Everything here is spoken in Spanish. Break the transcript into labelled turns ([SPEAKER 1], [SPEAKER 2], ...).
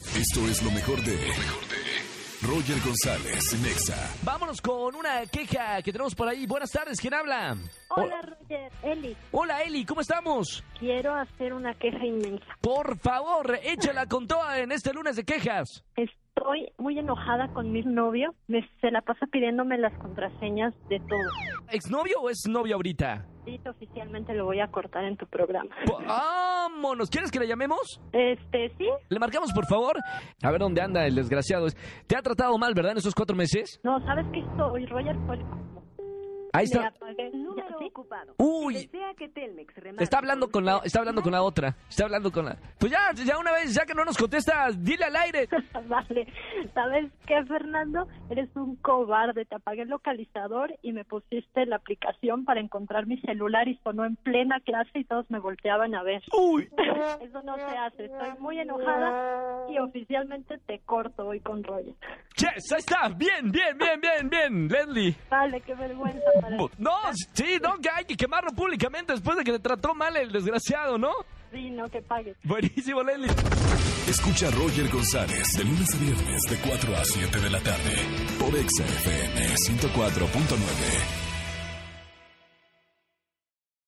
[SPEAKER 1] Esto es lo mejor de. Roger González, Nexa.
[SPEAKER 2] Vámonos con una queja que tenemos por ahí. Buenas tardes, ¿quién habla?
[SPEAKER 3] Hola, Roger. Eli,
[SPEAKER 2] Hola Eli, ¿cómo estamos?
[SPEAKER 3] quiero hacer una queja inmensa.
[SPEAKER 2] Por favor, échala con toda en este lunes de quejas.
[SPEAKER 3] Estoy muy enojada con mi novio. Me, se la pasa pidiéndome las contraseñas de todo.
[SPEAKER 2] ¿Exnovio o es novio ahorita?
[SPEAKER 3] Dito, oficialmente lo voy a cortar en tu programa.
[SPEAKER 2] Po- Vámonos, ¿quieres que le llamemos?
[SPEAKER 3] Este, ¿sí?
[SPEAKER 2] ¿Le marcamos, por favor? A ver dónde anda el desgraciado. Te ha tratado mal, ¿verdad, en estos cuatro meses?
[SPEAKER 3] No, ¿sabes qué soy? Roger fue el como.
[SPEAKER 2] Ahí
[SPEAKER 3] Le
[SPEAKER 2] está.
[SPEAKER 3] apagué.
[SPEAKER 4] Número
[SPEAKER 3] ¿Ya, sí?
[SPEAKER 4] ocupado.
[SPEAKER 2] Uy.
[SPEAKER 4] Si desea que Telmex remarque
[SPEAKER 2] Está hablando con la, está hablando con la otra. Está hablando con la. Pues ya, ya una vez, ya que no nos contesta, dile al aire.
[SPEAKER 3] Vale, ¿sabes qué, Fernando? Eres un cobarde. Te apagué el localizador y me pusiste la aplicación para encontrar mi celular y sonó en plena clase y todos me volteaban a ver.
[SPEAKER 2] Uy.
[SPEAKER 3] Eso no se hace. Estoy muy enojada y oficialmente te corto hoy con Roger.
[SPEAKER 2] Yes, ahí está. Bien, bien, bien, bien, bien, Leslie.
[SPEAKER 3] Vale, qué vergüenza para ti.
[SPEAKER 2] No, sí, no, que hay que quemarlo públicamente después de que te trató mal el desgraciado, ¿no?
[SPEAKER 3] Sí, no que pagues.
[SPEAKER 2] Buenísimo, Leslie.
[SPEAKER 1] Escucha a Roger González de lunes a viernes de 4 a 7 de la tarde por Exa FM 104.9.